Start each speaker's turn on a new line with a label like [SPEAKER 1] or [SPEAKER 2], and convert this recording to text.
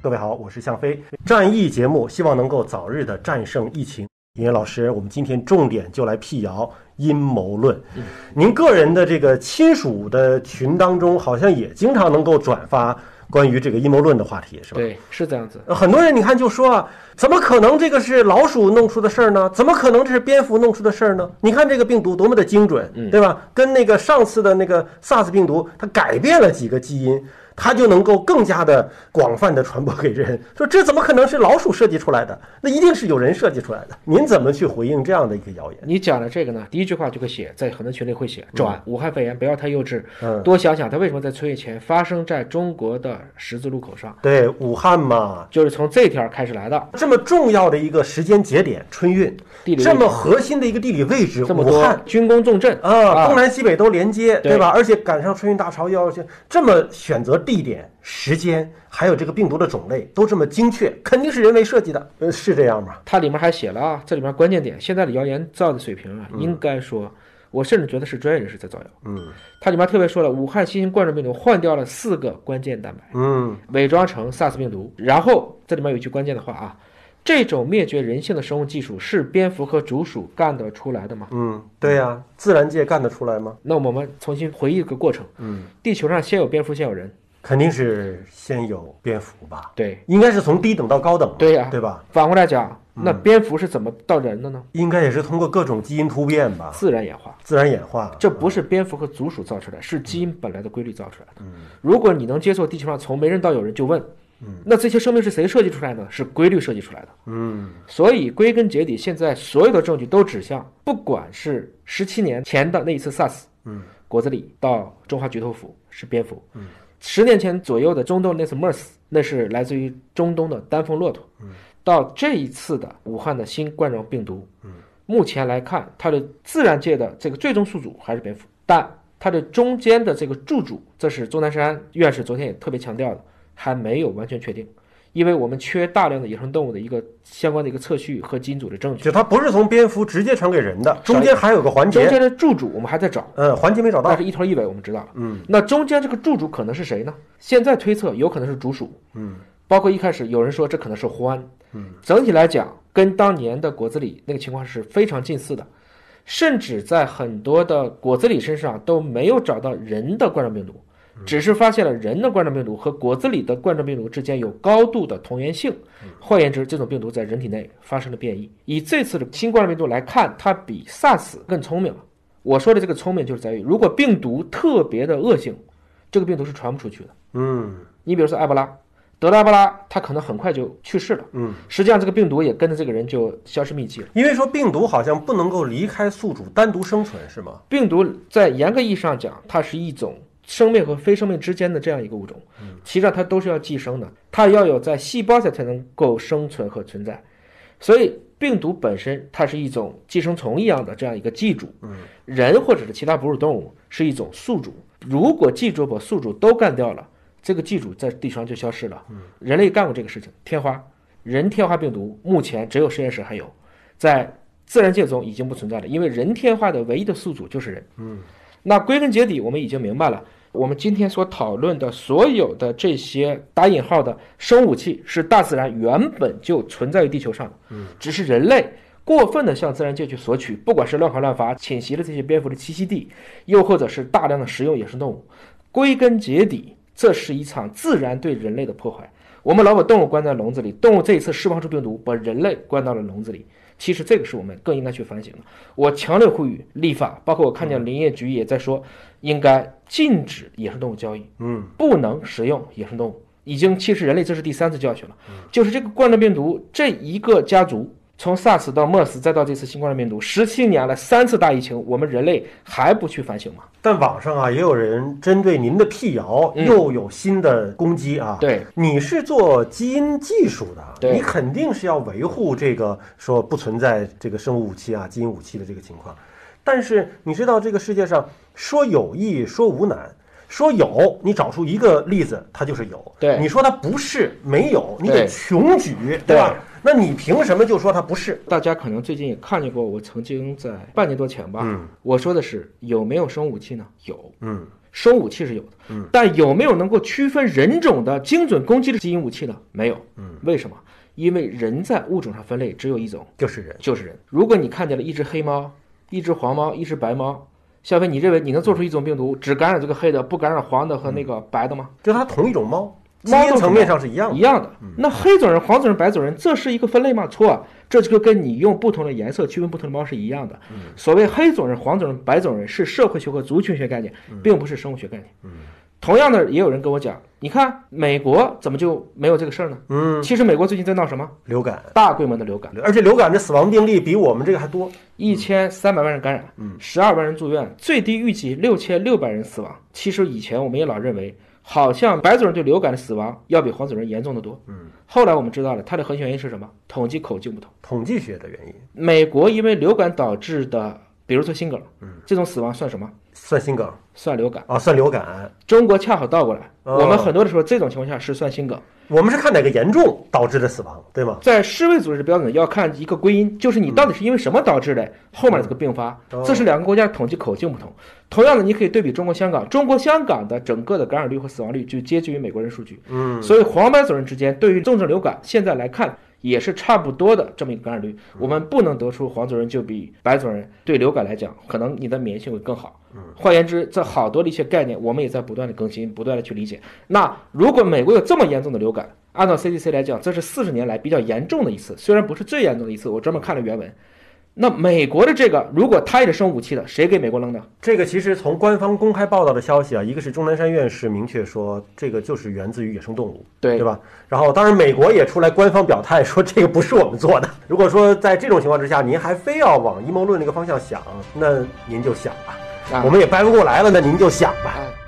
[SPEAKER 1] 各位好，我是向飞。战役节目希望能够早日的战胜疫情。尹烨老师，我们今天重点就来辟谣阴谋论。您个人的这个亲属的群当中，好像也经常能够转发关于这个阴谋论的话题，是吧？
[SPEAKER 2] 对，是这样子。
[SPEAKER 1] 呃很多人你看就说啊，怎么可能这个是老鼠弄出的事儿呢？怎么可能这是蝙蝠弄出的事儿呢？你看这个病毒多么的精准，
[SPEAKER 2] 嗯
[SPEAKER 1] 对吧？跟那个上次的那个 SARS 病毒，它改变了几个基因，它就能够更加的广泛的传播给人。 说这怎么可能是老鼠设计出来的？那一定是有人设计出来的。您怎么去回应这样的一个谣言？
[SPEAKER 2] 你讲的这个呢，第一句话就会写，在很多群里会写转武汉肺炎，不要太幼稚，
[SPEAKER 1] 嗯
[SPEAKER 2] 多想想它为什么在春节前发生在中国的十字路口上，
[SPEAKER 1] 对，武汉嘛，
[SPEAKER 2] 就是从这条开始来的。
[SPEAKER 1] 这么重要的一个时间节点，春运，
[SPEAKER 2] 地理位置
[SPEAKER 1] 这么核心的一个地理位置，
[SPEAKER 2] 这么
[SPEAKER 1] 武
[SPEAKER 2] 多
[SPEAKER 1] 汉
[SPEAKER 2] 军工重镇
[SPEAKER 1] 啊，东南西北都连接，
[SPEAKER 2] 对
[SPEAKER 1] 对吧？而且赶上春运大潮，要去这么选择地点、时间，还有这个病毒的种类都这么精确，肯定是人为设计的。呃，是这样吗？
[SPEAKER 2] 它里面还写了啊，这里面关键点，现在的谣言造的水平啊，应该说，我甚至觉得是专业人士在造谣。
[SPEAKER 1] 嗯
[SPEAKER 2] 它里面特别说了，武汉新型冠状病毒换掉了四个关键蛋白，
[SPEAKER 1] 嗯
[SPEAKER 2] 伪装成 SARS 病毒。然后这里面有一句关键的话啊，这种灭绝人性的生物技术是蝙蝠和竹鼠干得出来的吗？
[SPEAKER 1] 嗯，对呀、自然界干得出来吗？
[SPEAKER 2] 那我们重新回忆这个过程，
[SPEAKER 1] 嗯，
[SPEAKER 2] 地球上先有蝙蝠，先有人，
[SPEAKER 1] 肯定是先有蝙蝠吧，
[SPEAKER 2] 对
[SPEAKER 1] 应该是从低等到高等嘛，
[SPEAKER 2] 对呀、
[SPEAKER 1] 对吧？
[SPEAKER 2] 反过来讲，那蝙蝠是怎么到人的呢？
[SPEAKER 1] 应该也是通过各种基因突变吧，
[SPEAKER 2] 自然演化。
[SPEAKER 1] 自然演化。
[SPEAKER 2] 这不是蝙蝠和竹鼠造出来的，是基因本来的规律造出来的。如果你能接受地球上从没人到有人，就问，那这些生命是谁设计出来的？是规律设计出来的。
[SPEAKER 1] 嗯
[SPEAKER 2] 所以归根结底，现在所有的证据都指向，不管是十七年前的那一次 SARS，
[SPEAKER 1] 嗯，
[SPEAKER 2] 果子狸到中华菊头蝠是蝙蝠，嗯，十年前左右的中东那次 MERS，那是来自于中东的丹凤骆驼，嗯，到这一次的武汉的新冠状病毒，嗯，目前来看，它的自然界的这个最终宿主还是蝙蝠，但它的中间的这个宿主，这是钟南山院士昨天也特别强调的，还没有完全确定。因为我们缺大量的野生动物的一个相关的一个测序和基因组的证据。
[SPEAKER 1] 就它不是从蝙蝠直接传给人的，中间还有个环
[SPEAKER 2] 中
[SPEAKER 1] 节，
[SPEAKER 2] 间的住主我们还在找，
[SPEAKER 1] 嗯，环节没找到
[SPEAKER 2] 但。是一头一尾我们知道了。
[SPEAKER 1] 嗯，
[SPEAKER 2] 那中间这个住主可能是谁呢？现在推测有可能是竹鼠。
[SPEAKER 1] 嗯，
[SPEAKER 2] 包括一开始有人说这可能是獾。嗯，整体来讲，跟当年的果子狸那个情况是非常近似的，甚至在很多的果子狸身上都没有找到人的冠状病毒。
[SPEAKER 1] 嗯
[SPEAKER 2] 只是发现了人的冠状病毒和果子狸的冠状病毒之间有高度的同源性，
[SPEAKER 1] 嗯
[SPEAKER 2] 换言之，这种病毒在人体内发生了变异。以这次的新冠状病毒来看，它比 SARS 更聪明了。我说的这个聪明就是在于，如果病毒特别的恶性，这个病毒是传不出去的。
[SPEAKER 1] 嗯。
[SPEAKER 2] 你比如说埃博拉，得了埃博拉，他可能很快就去世了。
[SPEAKER 1] 嗯，
[SPEAKER 2] 实际上这个病毒也跟着这个人就消失匿迹了。
[SPEAKER 1] 因为说病毒好像不能够离开宿主单独生存，是吗？
[SPEAKER 2] 病毒在严格意义上讲，它是一种生命和非生命之间的这样一个物种，其实上它都是要寄生的，它要有在细胞下才能够生存和存在，所以病毒本身它是一种寄生虫一样的这样一个寄主，人或者是其他哺乳动物是一种宿主，如果寄主把宿主都干掉了，这个寄主在地球上就消失了，人类干过这个事情，天花，人天花病毒目前只有实验室还有，在自然界中已经不存在了，因为人天化的唯一的宿主就是人。嗯，那归根结底，我们已经明白了，我们今天所讨论的所有的这些打引号的生武器，是大自然原本就存在于地球上的，嗯，只是人类。过分的向自然界去索取，不管是乱砍乱伐，侵袭了这些蝙蝠的栖息地，又或者是大量的食用野生动物，归根结底，这是一场自然对人类的破坏。我们老把动物关在笼子里，动物这一次释放出病毒，把人类关到了笼子里。其实这个是我们更应该去反省的。我强烈呼吁立法，包括我看见林业局也在说，应该禁止野生动物交易，
[SPEAKER 1] 嗯，
[SPEAKER 2] 不能食用野生动物。已经，其实人类这是第三次教训了，就是这个冠状病毒这一个家族，从 SARS 到 MERS 再到这次新冠状病毒，十七年了，三次大疫情，我们人类还不去反省吗？
[SPEAKER 1] 但网上啊也有人针对您的辟谣，
[SPEAKER 2] 嗯
[SPEAKER 1] 又有新的攻击啊。
[SPEAKER 2] 对，
[SPEAKER 1] 你是做基因技术的，啊
[SPEAKER 2] 对
[SPEAKER 1] 你肯定是要维护这个说不存在这个生物武器啊、基因武器的这个情况。但是你知道这个世界上说有易说无难，说有你找出一个例子，它就是有；
[SPEAKER 2] 对
[SPEAKER 1] 你说它不是没有，你得
[SPEAKER 2] 对
[SPEAKER 1] 穷举，
[SPEAKER 2] 对
[SPEAKER 1] 吧？那你凭什么就说它不是？
[SPEAKER 2] 大家可能最近也看见过，我曾经在半年多前吧，
[SPEAKER 1] 嗯
[SPEAKER 2] 我说的是有没有生物武器呢？有，
[SPEAKER 1] 嗯
[SPEAKER 2] 收武器是有的，嗯，但有没有能够区分人种的精准攻击的基因武器呢？没有，嗯，为什么？因为人在物种上分类只有一种，
[SPEAKER 1] 就是人，
[SPEAKER 2] 就是人。如果你看见了一只黑猫、一只黄猫、一只白猫，小飞，你认为你能做出一种病毒只感染这个黑的，不感染黄的和那个白的吗？
[SPEAKER 1] 就它同一种猫，基
[SPEAKER 2] 猫
[SPEAKER 1] 因
[SPEAKER 2] 都
[SPEAKER 1] 层面上是一样的嗯
[SPEAKER 2] 一。样的。那黑种人、黄种人、白种人，这是一个分类吗？错啊，这就跟你用不同的颜色区分不同的猫是一样的。
[SPEAKER 1] 嗯
[SPEAKER 2] 所谓黑种人、黄种人、白种人是社会学和族群学概念，
[SPEAKER 1] 嗯
[SPEAKER 2] 并不是生物学概念。同样的，也有人跟我讲，你看美国怎么就没有这个事儿呢？
[SPEAKER 1] 嗯，
[SPEAKER 2] 其实美国最近在闹什么？
[SPEAKER 1] 流感，
[SPEAKER 2] 大规模的流感，
[SPEAKER 1] 而且流感的死亡病例比我们这个还多。
[SPEAKER 2] 一千三百万人感染，十二万人住院，最低预计六千六百人死亡。其实以前我们也老认为，好像白种人对流感的死亡要比黄种人严重的多。嗯，后来我们知道了，它的核心原因是什么？统计口径不同。
[SPEAKER 1] 统计学的原因
[SPEAKER 2] 美国因为流感导致的，比如说心梗，这种死亡算什么？
[SPEAKER 1] 算心梗
[SPEAKER 2] 算流感。
[SPEAKER 1] 啊，算流感。
[SPEAKER 2] 中国恰好倒过来，
[SPEAKER 1] 哦
[SPEAKER 2] 我们很多的时候这种情况下是算心梗。
[SPEAKER 1] 我们是看哪个严重导致的死亡，对吗？
[SPEAKER 2] 在世卫组织的标准要看一个归因，就是你到底是因为什么导致的后面这个并发
[SPEAKER 1] 嗯哦，
[SPEAKER 2] 这是两个国家的统计口径不同。同样的，你可以对比中国香港，中国香港的整个的感染率和死亡率就接近于美国人数据，
[SPEAKER 1] 嗯，
[SPEAKER 2] 所以黄白种人之间对于重症流感现在来看也是差不多的这么一个感染率。
[SPEAKER 1] 嗯
[SPEAKER 2] 我们不能得出黄种人就比白种人对流感来讲，可能你的免疫性会更好。换言之，这好多的一些概念，我们也在不断的更新，不断的去理解。那如果美国有这么严重的流感，按照 CDC 来讲，这是四十年来比较严重的一次，虽然不是最严重的一次，我专门看了原文。那美国的这个，如果它也是生武器的，谁给美国扔的？
[SPEAKER 1] 这个其实从官方公开报道的消息啊，一个是钟南山院士明确说这个就是源自于野生动物，
[SPEAKER 2] 对
[SPEAKER 1] 对吧？然后当然美国也出来官方表态 说这个不是我们做的。如果说在这种情况之下，您还非要往阴谋论那个方向想，那您就想吧，
[SPEAKER 2] 啊
[SPEAKER 1] 我们也掰不过来了，那您就想吧。
[SPEAKER 2] 哎